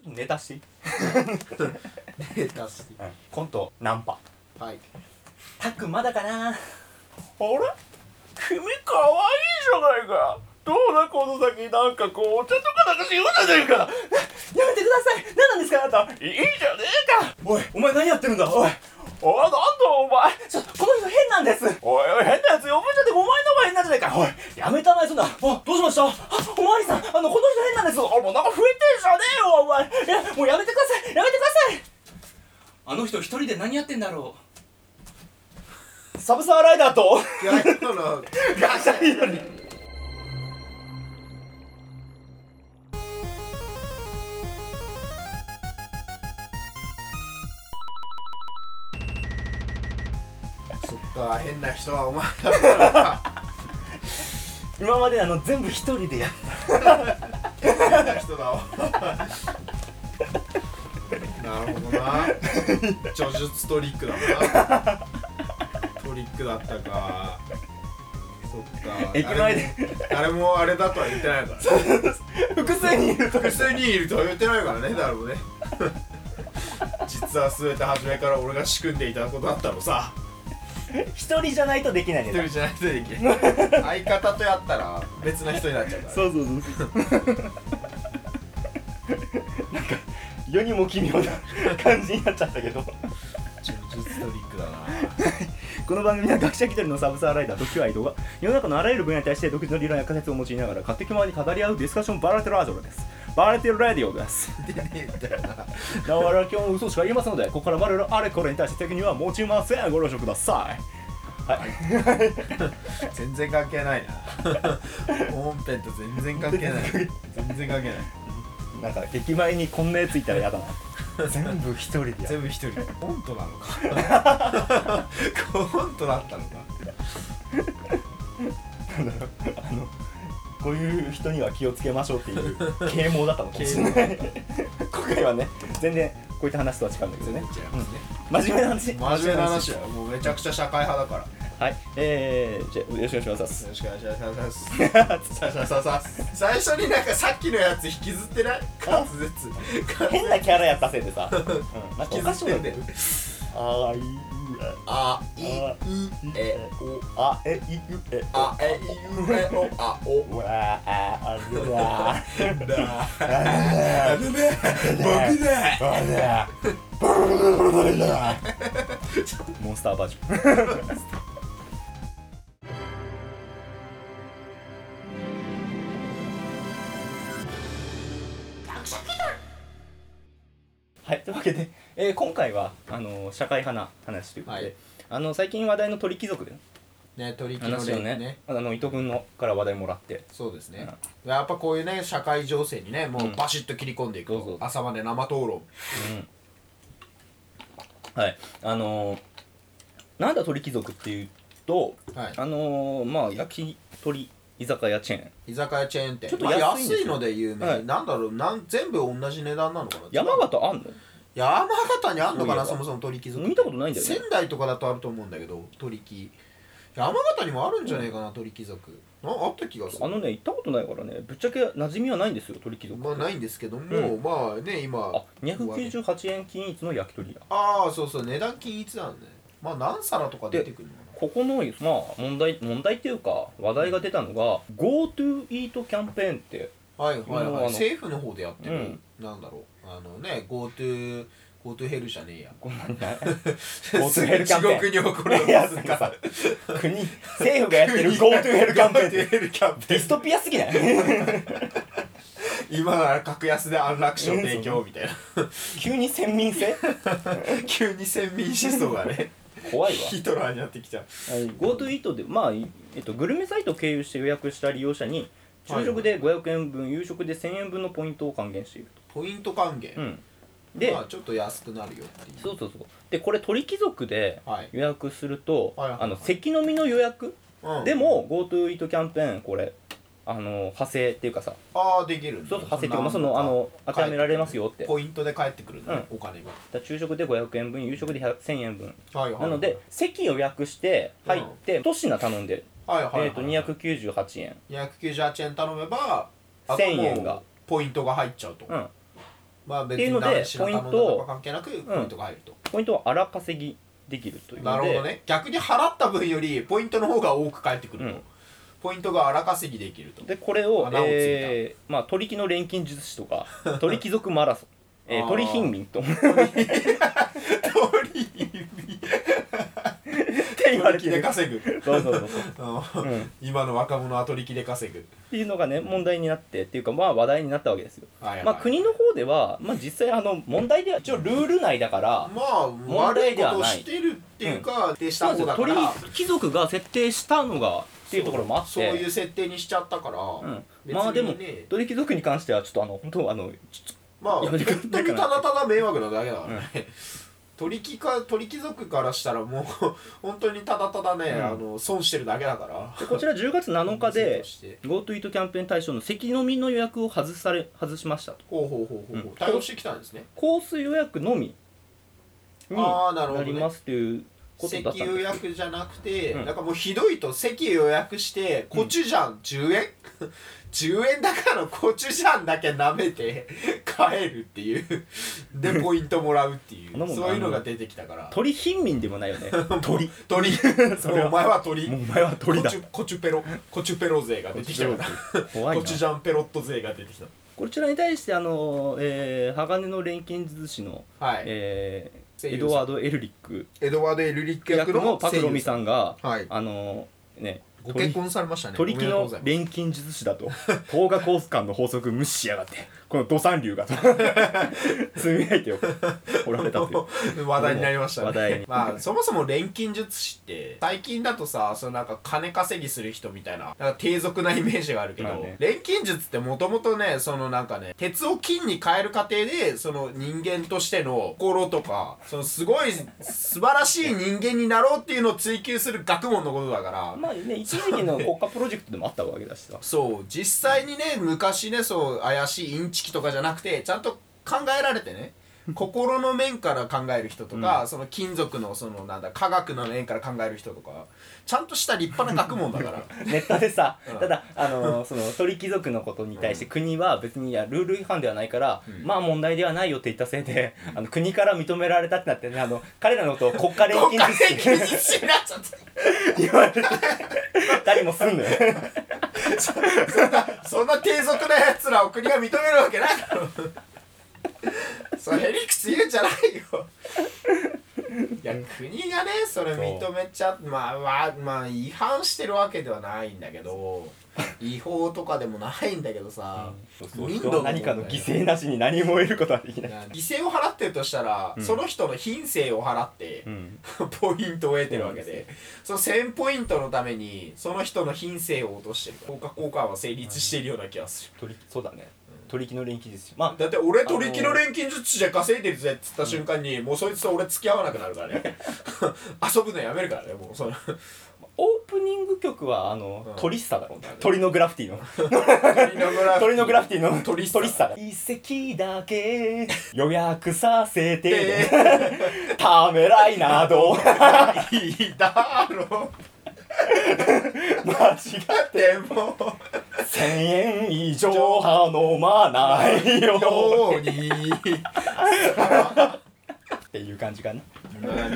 っとネタしていい出してコントナンパはいたくまだかなあれ君かわいいじゃないかどうだこの先なんかこうお茶とかなんかしようじゃないかやめてください何なんですかあなたいいじゃねえかおいお前何やってるんだおいおいなんだお前ちょっとこの人変なんですおいおい変なやつ呼ぶんじゃってお前の前変なんじゃないかおいやめたまえそんなあどうしましたあおまわりさんあのこの人変なんですあもうなんか増えてんじゃねえよお前いやもうやめてくださいやめてくださいあの人一人で何やってんだろサブサーライダーとやるの ガシャリよりそっか変な人はお前今まであの全部一人でやった変な人だわなるほどな叙述トリックだなトリックだったかそっか駅 前で誰もあれだとは言ってないからね 複数にいると普通にいるとは言ってないからね誰もね実は全て初めから俺が仕組んでいたことだったのさ一人じゃないとできない一ね人じゃなくてできない相方とやったら別な人になっちゃうからねうそうそうそうなんか世にも奇妙な感じになっちゃったけど充実トリックだなこの番組は学者気取りのサブサーライダーと Q アイ動画世の中のあらゆる分野に対して独自の理論や仮説を用いながら勝手気ままに語り合うディスカッションバラエティラジオですバラエティラジオです出ねえんだよな なお我々は基本嘘しか言いませんのでここから我々のあれこれに対して責任は持ちませんご了承くださいはい全然関係ないな本編と全然関係ない全然関係ないなんか駅前にこんなやついたら嫌だな全部一人でやる全部一人コントなのかコントだったのかあのこういう人には気をつけましょうっていう啓蒙だったのかもしれない今回はね全然こういった話とは違うんだけどね違いますね真面目な話真面目な話はもうめちゃくちゃ社会派だからはいえー、じゃあよろしくお願いします よろしくお願いします。ささささ最初になんかさっきのやつ引きずってない滑舌。変なキャラやったせいでさ、うん、なんかお引かきしずいってもんんだねよ。あーいうえあいうえおあえいうえあえいうえおあおうわーあうわーだ。あのね僕ね。あれだモンスターバージョンはいというわけで、えー今回はあのー社会派な話ということで、はいあの最近話題の鳥貴族のね取り木の話をね例ね。あの伊藤君のから話題もらってそうですね。やっぱこういうね社会情勢にねもうバシッと切り込んでいくそうそう。朝まで生討論。はいあのーなんだ鳥貴族っていうとはい。あのー、まあ焼き鳥居酒屋チェーン居酒屋チェーン店。ちょっとまあ安いんですよ安いので有は名。いなんだろうなん全部同じ値段なのかな。山形あんの山形にあんのかなそういえばそもそも鳥貴族見たことないんだよね仙台とかだとあると思うんだけど鳥貴山形にもあるんじゃないかな、鳥貴族ああった気がするあのね行ったことないからねぶっちゃけ馴染みはないんですよ鳥貴族まあないんですけども、まあね今あ298円均一の焼き鳥屋ああそうそう値段均一なのねまあ何皿とか出てくるのかここのまあ問題問題っていうか話題が出たのが GoTo イートキャンペーンってなはいはいもうあはのい政府の方でやってる、うんなんだろうあのね GoTo GoTo ヘルじゃねえやこんなんない GoTo ヘルキャンペーン地獄に怒られいやなんかさ 国政府がやってる GoTo ヘルキャンペーンって GoTo ヘルキャンペディーンストピアすぎない 今なら格安で安楽勝提供みたいな急に先民性急に先民思想がね怖いわヒトラーになってきちゃう GoTo イートで、まあいえっと、グルメサイトを経由して予約した利用者に昼食で500円分、夕食で1000円分のポイントを還元しているポイント還元、と、うん、で、まあちょっと安くなるよっていうそうそうそうでこれ鳥貴族ではい、予約すると、はいはいはいあの席飲みの予約、うんでも GoTo イートキャンペーンこれあの派生っていうかさああできるんだそうそう派生っていうかまあそんなのあの帰当てはめられますよってだかポイントで返ってくるんだね、お金がら昼食で500円分夕食で100 1000円分はいはいなので席を予約して入って一品頼んで、はいはい、はいえっと298円298円頼めばあともう1000円がポイントが入っちゃうと、うんまあ別っていうにので男子のポイ頭ントのを中関係なくポイントが入ると、ポイントは荒稼ぎできるというのなでるほどね逆に払った分よりポイントの方が多く返ってくると、うんポイントが荒稼ぎできるとでこれを穴をついたえーまあ、取り木の錬金術師と か取り貴族マラソン、えあー、ー取り貧民とっ 鳥指て言われて取り木でる稼ぐそうそうそうそううんうん、っ今の若者は取り木で稼ぐていうのがね問題になってっていうかまあ話題になったわけですよ、はいはいまあ、国の方では、まあ、実際あの問題では一応ルール内だからまあ問悪題でいこはとをないしてるっていうか、でしそうたなんで方すよだか鳥ら貴族が設定したのがっていうところもあってそういう設定にしちゃったから、うん別にねまあでも鳥貴族に関してはちょっとあの本当あのちょまあや本めてくれ当にただただ迷惑なだけだからね、鳥貴か鳥貴族からしたらもう 本当にただただね、うんあの損してるだけだからでこちら10月7日でそうして GoTo イートキャンペーン対象の席飲みの予約を外され外しましたとほうほうほうほうほう、うん対応してきたんですねコース予約のみにあーなるほどなりねますということだったん席です予約じゃなくて、うんなんかもうひどいと席予約してコチュジャン10円、10円だからコチュジャンだけ舐めて 帰るっていうでポイントもらうっていそんなうもんそういうのが出てきたから鳥貧民でもない よね鳥鳥 それはお前は鳥もうお前は鳥だコチュコチュペロコチュペロ勢が出てきたから怖いコなチュジャンペロット勢が出てきたこちらに対してあの、えー鋼の錬金術師の、はい、えー声優エさんドワード・エルリックエドワード・エルリック役役ののパクロミさんが、はいあのねご結婚されましたね取おり木めでとうごのざいます錬金術師だと東賀コース間の法則無視しやがってこの土産流がと つぶやいておられたという 話題になりましたね話題にまあそもそも錬金術師って最近だとさそのなんか金稼ぎする人みたいななんか低俗なイメージがあるけど、まあね錬金術ってもともとねそのなんかね鉄を金に変える過程でその人間としての心とかそのすごい素晴らしい人間になろうっていうのを追求する学問のことだからまあね一時期の国家プロジェクトでもあったわけだ しさそう実際にね昔ねそう怪しいインチキとかじゃなくてちゃんと考えられてね心の面から考える人とか、その金属のそのなんだ科学の面から考える人とかちゃんとした立派な学問だからネットでさ、うんただあのその鳥貴族のことに対して国は別にいやルール違反ではないから、んまあ問題ではないよって言ったせいで、あの国から認められたってなってねあの彼らのことを国家錬国金家術師って錬金術師になっちゃっ言われ てたりもすんのよた そんな低俗なやつらを国が認めるわけないだろ それ理屈言うんじゃないよいや国がねそれ認めちゃまあまあまあ違反してるわけではないんだけど違法とかでもないんだけどさ、民度人は何かの犠牲なしに何も得ることはできないいや犠牲を払ってるとしたら、うんその人の品性を払って、 ポイントを得てるわけでその1000ポイントのためにその人の品性を落としてるから効果交換は成立しているような気がする、取りそうだね取り木の錬金術師まあだって俺取り木の錬金術師で稼いでるぜっつった瞬間に、もうそいつと俺付き合わなくなるから ね遊ぶのやめるからねもうそのオープニング曲はあの、うん鳥しさだろうね鳥のグラフィテ ィの鳥のグラフ鳥のグラフィティの鳥鳥ししささだ一席だ け予約させて、えためらいな どい いだろ間違ってでも1000円以上は飲まないよようにっていう感じかな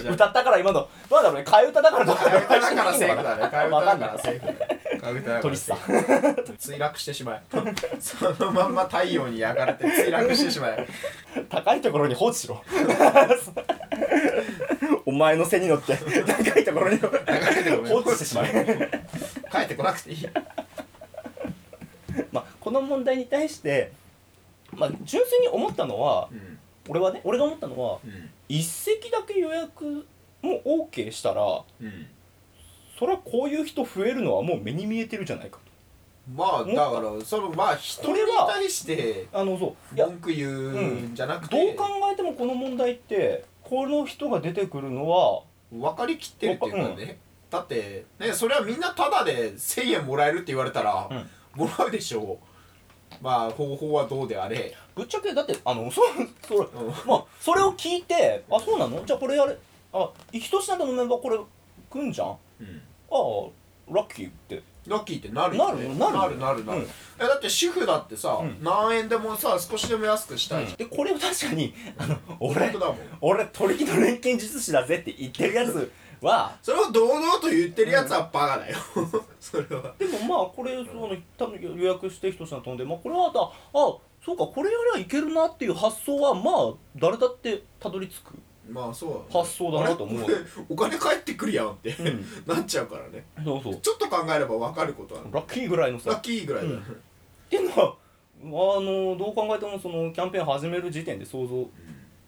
歌 歌ったから今のなんだろうね替え歌だからとか替え歌だからセーフだね替え歌わかだんかないらセーフだね替え歌だか鳥らしセーさフ墜落してしまえそのまんま太陽に焼かれて墜落してしまえ高いところに放置し ろ お前の背に乗って高いところに高いところに放置してしまう帰ってこなくていいまあこの問題に対してまあ純粋に思ったのはうん俺はね俺が思ったのはうん一席だけ予約も OK したらうんそりゃこういう人増えるのはもう目に見えてるじゃないかまあだからそのまあ人に対してとあのそういや文句言うんじゃなくどうて考えてもこの問題ってこの人が出てくるのは分かりきってるっていうかねだってねそれはみんなタダで1000円もらえるって言われたらうんもらうでしょうまあ方法はどうであれぶっちゃけだってあの そうそれまあそれを聞いてあそうなのじゃあこれやれあ一品でもメンバーこれ来んじゃんああラッキーってラッキーってなるなるよなるよなるなるなる、うんえだって主婦だってさ、うん何円でもさ少しでも安くしたいじでこれを確かにあのゃん、俺本当だもん俺取引の錬金術師だぜって言ってるやつはそれを堂々と言ってるやつはバカだよ それはでもまあこれその多分予約して一品飛んで、まあ、これはああそうかこれやりゃいけるなっていう発想はまあ誰だってたどり着くまあそうだ、ね、発想だなと思うあれ お金返ってくるやんって、ん なっちゃうからねそうそうちょっと考えれば分かることはラッキーぐらいの さラッキーぐらいだよ、うんっていうのはあのどう考えてもそのキャンペーン始める時点で想像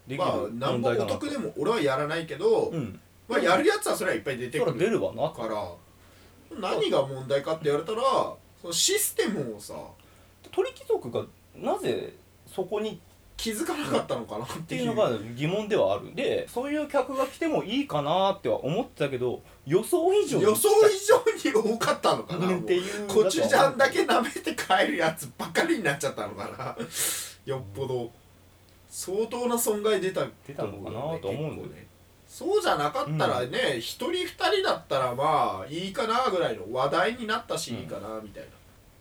できるまあ何問も題おだな得でも俺はやらないけど、うんまあ、やるやつはそれはいっぱい出てそくら出るるわなから何が問題かって言われたらそのシステムをさ鳥貴族がなぜそこに気づかなかったのかなっってていいううのが疑問ではあるでそういう客が来てもいいかなっては思ってたけど予想以上に予想以上に多かったのかなっていうコチュジャンだけ舐めて帰るやつばかりになっちゃったのかなよっぽど相当な損害出た出たのかなと思うんだよね結構ねそうじゃなかったらね一、人二人だったらまあいいかなぐらいの話題になったしうんいいかなみたいな、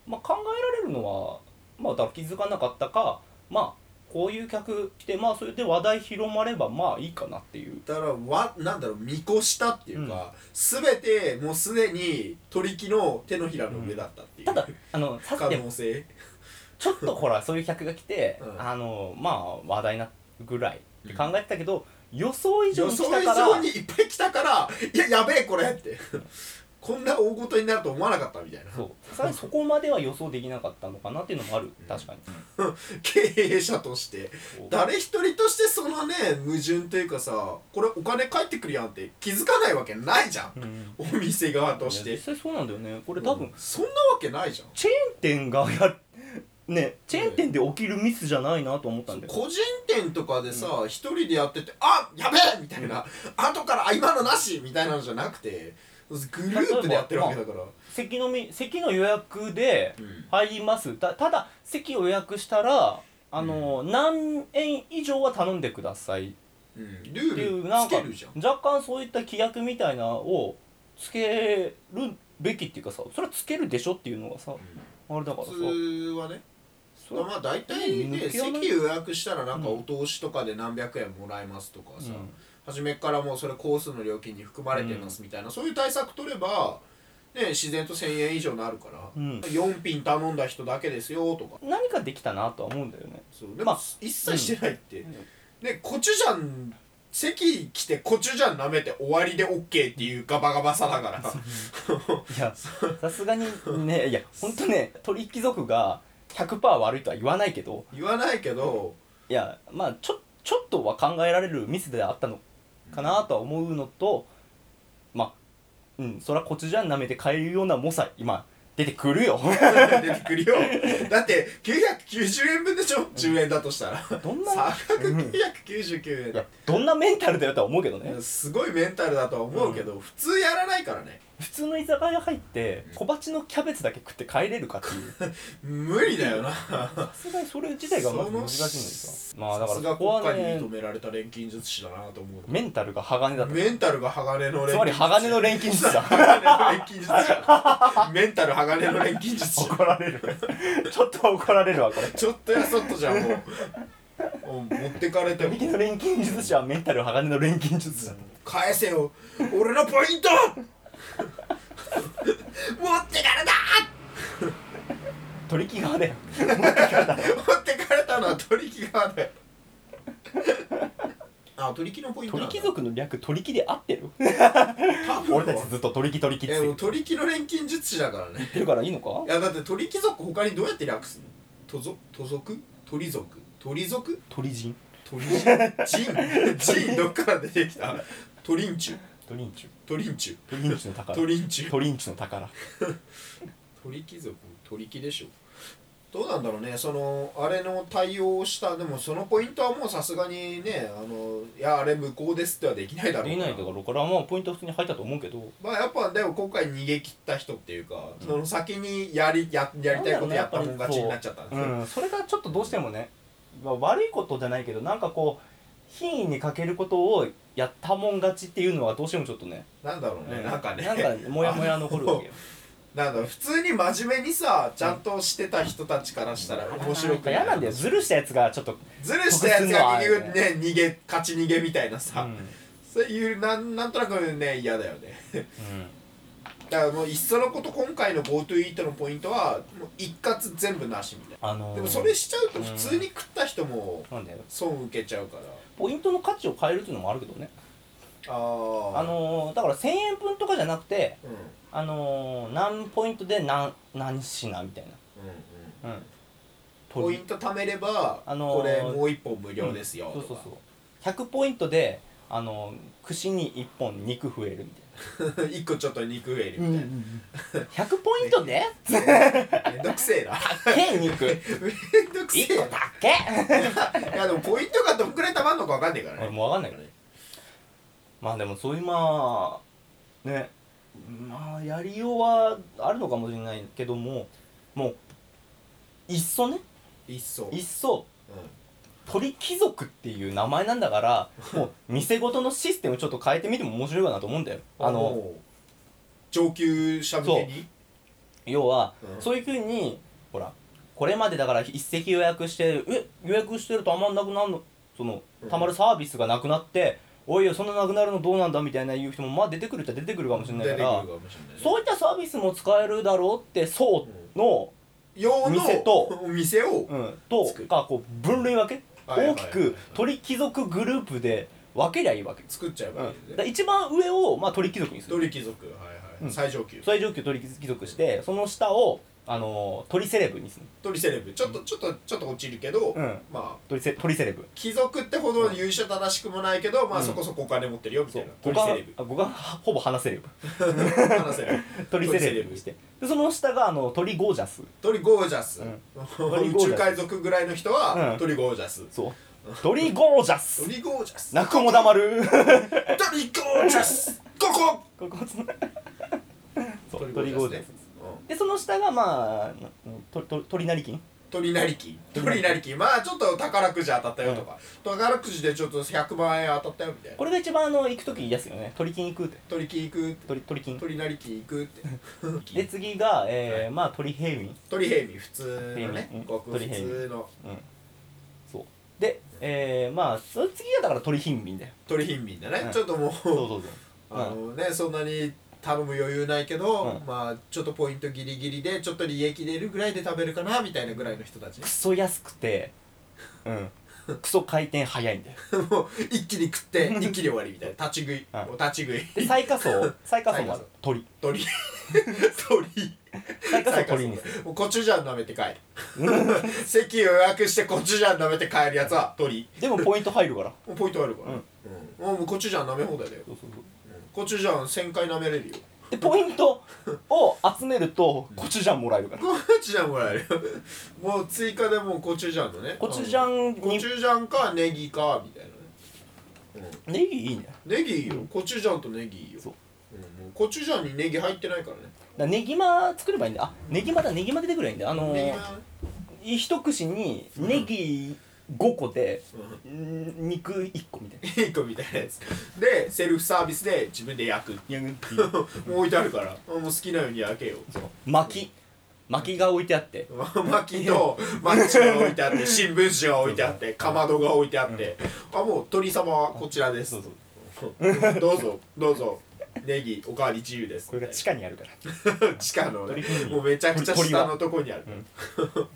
まあ、考えられるのはまあだから気づかなかったかまあこういう客来てまあそれで話題広まればまあいいかなっていうだからわなんだろう見越したっていうか、全てもうすでに取木の手のひらの上だったっていう、ただあのさ可て能性ちょっとほらそういう客が来て、うんあのまあ話題なぐらいって考えてたけど、予想以上予に来想た以から上にいっぱい来たからいややべえこれってこんな大ごとになると思わなかったみたいなそうさすがにそこまでは予想できなかったのかなっていうのもあるん確かに、経営者としてこう誰一人としてそのね矛盾というかさこれお金返ってくるやんって気づかないわけないじゃんうんお店側としいやて実際そうなんだよねこれ多分、そんなわけないじゃんチェーン店がやる ねチェーン店で起きるミスじゃないなと思ったんだよ個人店とかでさ一、人でやってて「あやべえ!」みたいな「後からあ今のなし!」みたいなのじゃなくてグループでやってるわけだから、席のみ席の予約でうん入りますたただ席を予約したらあの、何円以上は頼んでくださいうん、ルっていーうルなんつかけるじゃん若干そういった規約みたいなのをつけるべきっていうかさそれはつけるでしょっていうのがさ、あれだからさ普通はねそれはまあ大体抜ねけ穴席予約したらなんかお通しとかで何百円もらえますとかさ、うん初めからもうそれコースの料金に含まれてますみたいな、そういう対策取れば、ね、自然と1,000円以上になるから、うん4品頼んだ人だけですよとか何かできたなとは思うんだよねそうでも、まあ一切してないって、んねコチュジャン席来てコチュジャン舐めて終わりで OK っていうガバガバさだからいやさすがにねいやほんとね鳥貴族が100%悪いとは言わないけど 言わないけど、いやまあちょちょっとは考えられるミスであったのかなとは思うのとまあうんそりゃコチュジャン舐めて買えるような猛者今出てくるよ 出てくるよだって990円分でしょ10円だとしたらどんな3999円いだやどんなメンタルだよとは思うけどねすごいメンタルだとは思うけど、普通やらないからね普通の居酒屋入って小鉢のキャベツだけ食って帰れるかっていう無理だよなさすがにそれ自体がまず難しいんですよまあださかすらがそこ国は家にね認められた錬金術師だなと思うメンタルが鋼だったメンタルが鋼の錬つ金術師まり鋼の錬金術だ鋼の錬金術師メンタル鋼の錬金術 師怒られるちょっとは怒られるわこれちょっとやそっとじゃんもうもう持ってかれても右の錬金術師はメンタル鋼の錬金術師だ返せよ俺のポイント持ってかれた取り木側だよ持ってかれたのは取引側だよあ 取引のポイントな鳥貴んだ族の略取り木で合ってる多分 俺たちずっと取り木取り木っいてや言もっう取引の錬金術師だからねてるからいいのかいやだって鳥貴族他にどうやって略すの都族都族鳥族鳥族鳥人鳥人人人どっから出てきた鳥んちゅ鳥人中鳥んちゅ鳥人中の宝鳥んちゅ鳥人中の宝鳥貴族鳥貴でしょどうなんだろうねそのあれの対応をしたでもそのポイントはもうさすがにねあのいやあれ無効ですってはできないだろうできないだからこれはまあポイント普通に入ったと思うけどまあやっぱでも今回逃げ切った人っていうか、その先にやりややりたいことやったもん勝ちになっちゃったんですよ、うんそれがちょっとどうしてもねまあ悪いことじゃないけどなんかこう品位に欠けることをやったもん勝ちっていうのはどうしてもちょっとねなんだろうね、なんかね なんかモヤモヤ残るわけよなんだろう普通に真面目にさちゃんとしてた人たちからしたら面な白んかく嫌なんいだよずるしたやつがちょっと、ずるしたや得すつが逃んのはあげ,、ね、逃げ勝ち逃げみたいなうんさ、そういうなんなんとなくね嫌だよねだからもういっそのこと今回の GoTo イートのポイントはもう一括全部なしみたいあのなーでもそれしちゃうと普通に食った人もなんだよ損受けちゃうからポイントの価値を変えるっていうのもあるけどねあーあのーだから1000円分とかじゃなくてうんうんあのー何ポイントで何何品みたいうんな、うん、ポイント貯めれば、あのーこれもう一本無料ですよ、そうとそうかそう100ポイントであの串に1本肉増えるみ 一個ちょっと肉増えるたいみな、100ポイント でたいな、めんどくせえな計肉めんどくせ1え個なだけいやでもポイントがどんくらい貯まんのか分かんないから俺ねもう分かんないからねまあでもそういうまあねまあやりようはあるのかもしれないけどももういっそねいっそいっそう鳥貴族っていう名前なんだからもう店ごとのシステムちょっと変えてみても面白いかなと思うんだよんあのもう上級者向けに要は、うんそういうふうにほらこれまでだから一席予約してえ予約してるとあんまなくなるのそのうんたまるサービスがなくなって、おいよそんななくなるのどうなんだみたいな言う人もまあ出てくるっちゃ出てくるかもしれない出かてくるらかもしれないねそういったサービスも使えるだろうって層の、用の店とお店を、うんと作るかこう分類分けはいはいは大いきく鳥貴族グループで分けりゃいいわけ、作っちゃえうん、ばだかいいよらね、一番上を、まあ、鳥貴族にする鳥貴族はいはい、うん最上級最上級鳥貴族してその下を、あのー鳥セレブにする、鳥セレブちょっとちょっとちょっと落ちるけど、うん、まあ鳥セ鳥セレブ貴族ってほど優秀正しくもないけど、まあうんそこそこお金持ってるよみたそういな五鳥セ感レブあ五感はほぼ鼻セレブ 話せる鳥セレブにしてでその下があの鳥ゴージャス鳥ゴージャス、うん鳥宇ゴージャス宙海賊ぐらいの人は、うん鳥ゴージャスそう鳥ゴージャス鳥ゴージャス泣くも黙る 鳥ゴージャスここここそう鳥鳥ゴゴーージジャャススねでその下がまあなとと鳥なりきん鳥なりき鳥なりきまあちょっと宝くじ当たったよとか、宝くじでちょっと100万円当たったよみたいなこれが一番あの行く時言いやすいよね鳥金行くって鳥き行くって鳥鳥金鳥なりき行くっでて次が、えーまあ鳥平民 鳥平民普通のね平民うんごく普鳥平民通のうんそうで、えー、まあそ次がだから鳥貧民だよ鳥貧民だね、うんちょっともうそうそうそうあのね、そんなに頼む余裕ないけど、うんまあちょっとポイントギリギリでちょっと利益出るぐらいで食べるかなみたいなぐらいの人たちね クソ安くてうんクソ回転早いんだよもう一気に食って一気に終わりみたいな立ち食い、うんもう立ち食いで最下 層最下層もあ最下る層鳥鳥 鳥最下層鳥にするもうコチュジャン舐めて帰る 席予約してコチュジャン舐めて帰るやつは鳥でもポイント入るからもうポイントあるから、ねうんもうコチュジャン舐め放題だよ、そうそうそううんコチュジャン1000回舐めれるよ でポイントを集めるとコチュジャンもらえるからコチュジャンもらえるよ もう追加でもうコチュジャンのねコチュジャンコチにュジャンかネギかみたいなねネギいいねだかネギいいよコチュジャンとネギいいよそうんもうコチュジャンにネギ入ってないからねらネギマ作ればいいんだあネギマだネギマ出てくればいいんだよあのネギーが一口にネギ5個でうんん肉1個みたいな1個みたいなやつでセルフサービスで自分で焼く もいやうんっていうう置いてあるからもう好きなように焼けよ巻き巻きが置いてあって薪とマッチが置いてあ って新聞紙が置いてあってかまどが置いてあってあもう鳥様はこちらですそうそうどうぞどうぞネギおかわり自由ですこれが地下にあるから地下の鳥ね取もうめちゃくちゃ鳥下はのとこにあるうん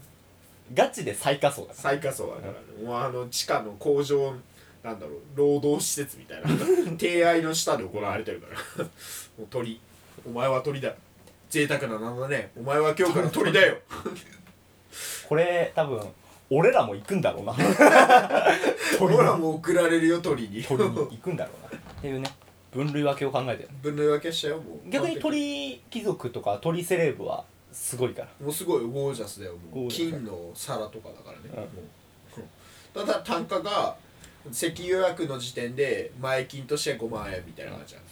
ガチで最下層だから最下層だからねもうあの地下の工場なんだろう労働施設みたいな 低愛の下で行われてるからもう鳥お前は鳥だ贅沢な名だねお前は今日から鳥だよこれ多分俺らも行くんだ ろうな鳥ほらもう送られるよ鳥に鳥に行くんだろうなっていうね分類分けを考えてる分類分けしちゃうよもう逆に鳥貴族とか鳥セレブはすごいからもうすごいゴージャスだよもうゴージャス金の皿とかだからね、うんもううんただ単価が席予約の時点で前金として5万円みたいな感じなんで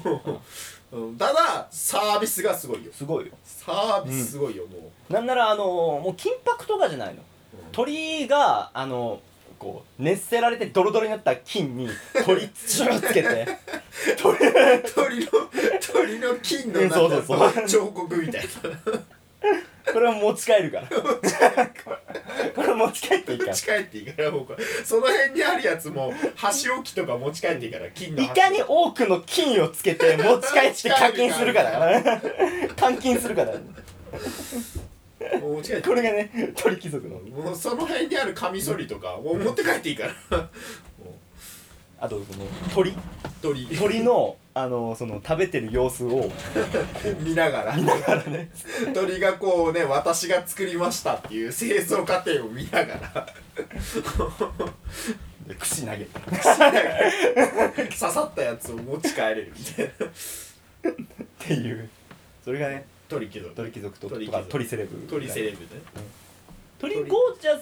すよ うんただサービスがすごいよすごいよサービスすごいよ、もなんならあのもう金箔とかじゃないのうん鳥があ のこう熱せられてドロドロになった金に鳥チューつけて鳥ね鳥の鳥の金のうんそうそうそうなんだろ彫刻みたいこれは持ち帰るからこれ持ち帰っていいかな持らち帰っていいから僕その辺にあるやつも箸置きとか持ち帰っていいから金のい箸かに多くの金をつけて持ち帰って課金するかだからね換金するかだからねもう持ち帰ってこれがね鳥貴族のもうその辺にあるカミソリとかもう持って帰っていいからもうあとこの鳥鳥鳥のあのその食べてる様子を見ながら鳥がこうね私が作りましたっていう製造過程を見なが ら串投げて刺さったやつを持ち帰れるみたいなっていうそれがね鳥貴族鳥貴族と鳥と貴か族鳥セレブ鳥セレブね鳥ゴージャ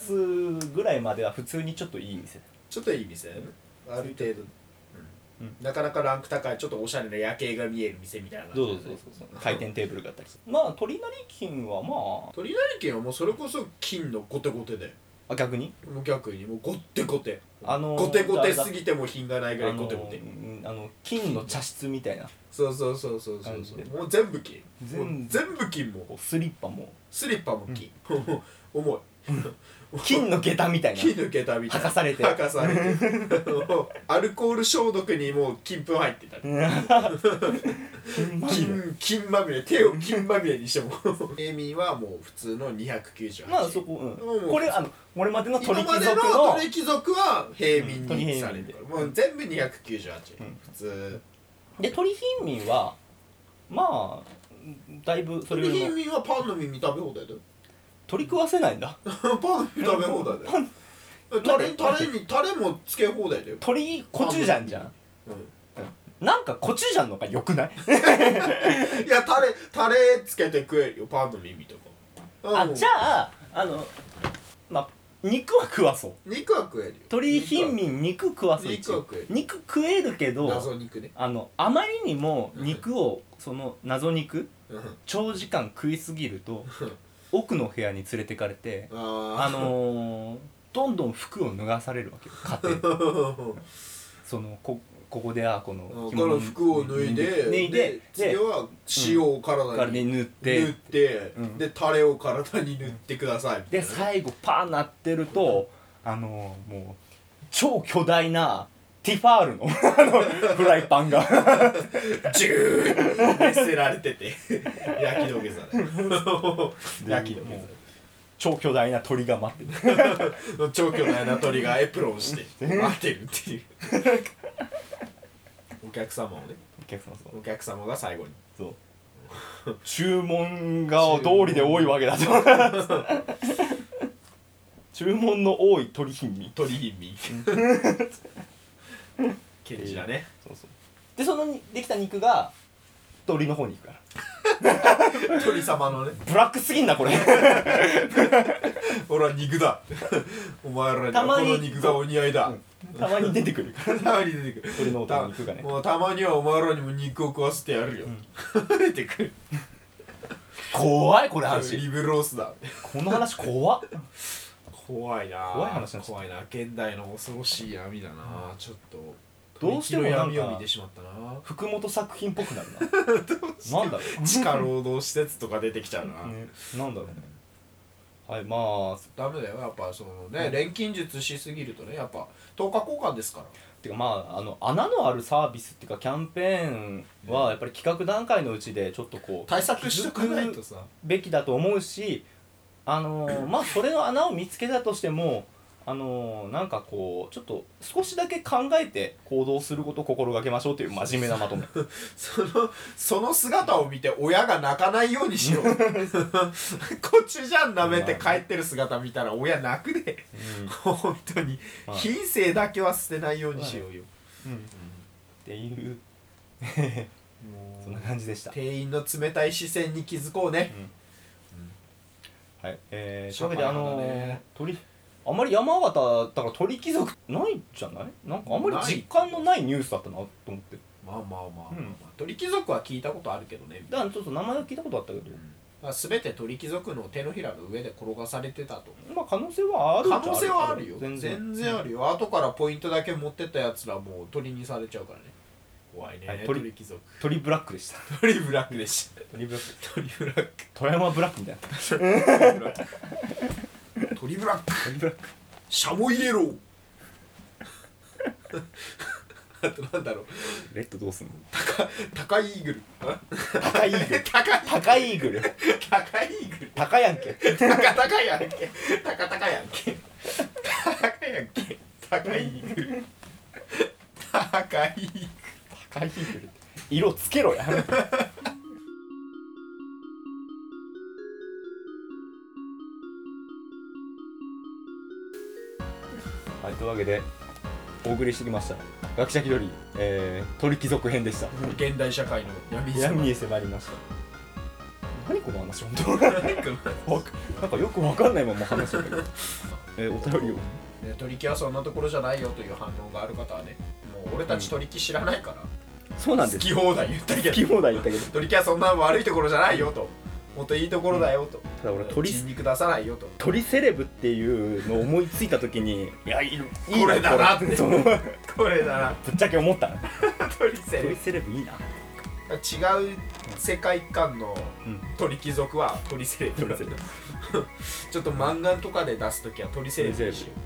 スぐらいまでは普通にちょっといい店ちょっといい店だよねある程度、うんなかなかランク高いちょっとおしゃれな夜景が見える店みたいな感じだねそう回転テーブルがあったりす るまあ鳥なり金はま鳥成県はもうそれこそ金のゴテゴテでああ逆にもう逆にもうゴテゴテあのーゴテゴテすぎても品がないぐらいゴテゴテうんあの金の茶室みたいなそうそうそうそうそ感うじそでうもう全部金全部もう全部金もこうスリッパ もスリッパも金、重い金の下駄みたいな金抜けたみたいな吐かされて吐かされてもうアルコール消毒にもう金粉入ってた 金まみれ金金まみれ手を金まみれにしてもエミはもう普通の298円まあそこ、う、うんんこれあのこれまでの鳥今貴まで族のの鳥貴族は平民うんにされるから、もう全部298う円、ん普通で鳥貧民はまあだいぶそれ鳥より貧も民はパンの耳食べ放題だよ鳥食わせないんだパンの耳食べ 放題だよタレタレにタレもつけ放題だよ、鳥コチュジャンじゃんうんなんかコチュジャンの方が良くないいやタレタレつけて食えるよパンの耳とかあじゃああのまあ肉は食わそう肉は食えるよ鳥貧民肉食わそう肉は食える肉食えるけ肉はど謎肉ねあのあまりにも肉をその謎肉うん長時間食いすぎる と奥の部屋に連れてかれてああのー、どんどん服を脱がされるわけよ家庭で のそのこここであこのこの服を脱いで脱いで次では塩を体体にに塗っ塗ってて、うんでタレを体に塗ってくださいみたいでな最後パーなってるとあのー、もう超巨大なティファールの あのフライパンが ジューッ捨てられてて焼き土下座で焼き土下超巨大な鳥が待ってる座の超巨大な鳥がエプロ ンして待ってるっていうお客様をねお客様そうお客様が最後にそう 注文が通りで多いわけだと注文の多い鳥品に鳥貧民 ケンジだねそうそうでそのできた肉が鳥の方に行くから鳥様のねブラックすぎんな これ俺は肉だお前らにたまはこにの肉がお似合いだ、たまに出てくるからたまに出てくる鳥の音たの肉 がねもうたまにはお前らにも肉を食わせてやるよ、 出てくる怖いこれリブロースだこの話怖っ怖いな怖い話なんです怖いな現代の恐ろしい闇だな、ちょっとどうしても鳥貴なんかの闇を見てしまったな福本作品っぽくな るななんだろ地下労働施設とか出てきちゃうな、う、ね、なんだろうねはいまあダメだよやっぱそのね錬金術しすぎるとねやっぱ10日交換ですからてかまああの穴のあるサービスっていうかキャンペーンはやっぱり企画段階のうちでちょっとこう対策しとかないとさべきだと思うしあの ーまあそれの穴を見つけたとしてもあのーなんかこうちょっと少しだけ考えて行動することを心がけましょうという真面目なまとめそのその姿を見て親が泣かないように しようコチュジャン舐めて帰ってる姿見たら親泣くで本当にはい品性だけは捨てないようにしようよ、うん、っていうもうそんな感じでした、店員の冷たい視線に気づこうね、はいえー、というわ社会けであ派のーだね鳥あまり山形だから鳥貴族ないんじゃないなんかあんまりない実感のないニュースだったなと思ってまあまあまあまあ、うん鳥貴族は聞いたことあるけどねだからちょっと名前は聞いたことあったけどまあ、全て鳥貴族の手のひらの上で転がされてたとまあ可能性はあるっちゃ可能性はあるよ全全然然あるよ後からポイントだけ持ってったやつらもう鳥にされちゃうからね怖いね、はい鳥鳥貴族鳥ブラックでした鳥ブラックでした鳥ブラック鳥ブラック富山ブラックみたい なトリブラック鳥ブラックシャモイエロ ーあとなんだろうレッドどうすんの高いイーグルあ高いイーグル高い高いイーグル高いイーグル高やんけ高高やんけ高高やんけ高やんけ高いイーグル高いイーグル高いイーグル色つけろやはいというわけでお送りしてきました学者気取り、えー、鳥貴族編でした現代社会の闇さ闇に迫りました何この話本当わかなんかよくわかんないまま話してたけど、えー、お便りをね、取り木はそんなところじゃないよという反応がある方はねもう俺たち取り木知らないから、そうなんで好すき放題言ったけ好きど放題言ったけど取り木はそんな悪いところじゃないよともっといいところだよと、ただ俺鳥人肉出さないよと鳥セレブっていうのを思いついた時にいやいいいいこれだなってそのぶっこれだなちゃけ思ったな鳥セレ 鳥セレブいいなブ違う世界観のうん鳥貴族は鳥セレブなんだ鳥セレ ちょっと漫画とかで出す時は鳥セレブにしよ鳥セうレブ焼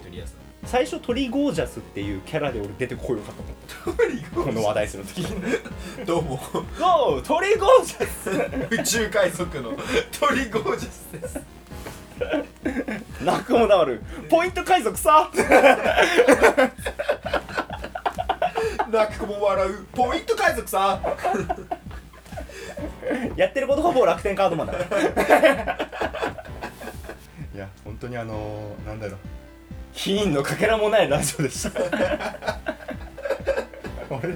き鳥屋さん最初鳥ゴージャスっていうキャラで俺出てこようかと思ったこの話題する時 どうも ゴー鳥ゴージャス宇宙海賊 の鳥ゴージャスです泣くも黙るポイント海賊さ 泣くも笑うポイント海賊さやってることほぼ楽天カードマンだ いや本当にあのー、なんだろうキーンのかけらもないラジオで した俺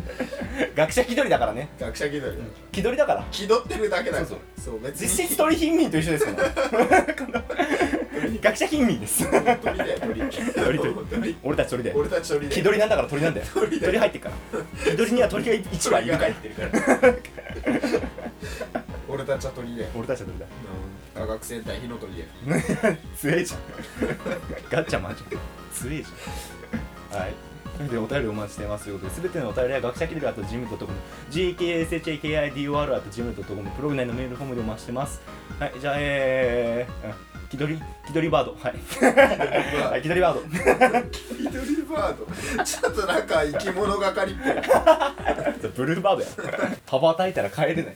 学者気取りだからね学者気取りだ気取りだから気取ってるだけだからそうそう別に実質鳥貧民と一緒ですから 学者貧民です鳥だよ鳥鳥鳥鳥俺たち鳥で俺たち鳥で気取りなんだから鳥なんだよ鳥だよ鳥入ってっから気取りには鳥が一羽いる鳥がから入ってるから 俺たちは鳥だよ俺たちは鳥だ科学戦隊火の 鳥だよ強えじゃんガッチャマンじゃん強えじゃんはいということでお便りお待ちしてますということで全てのお便りは学者キルラーとジムドットコム GKSHAKIDOR とジムドットコムプログ内のメールフォームでお待ちしてますはいじゃあえーうん、気取り気取りバードはい、はい、気取りバードミドリバードちょっとなんか生き物がかりっぽい ブルーバードや羽ばたいたら帰れない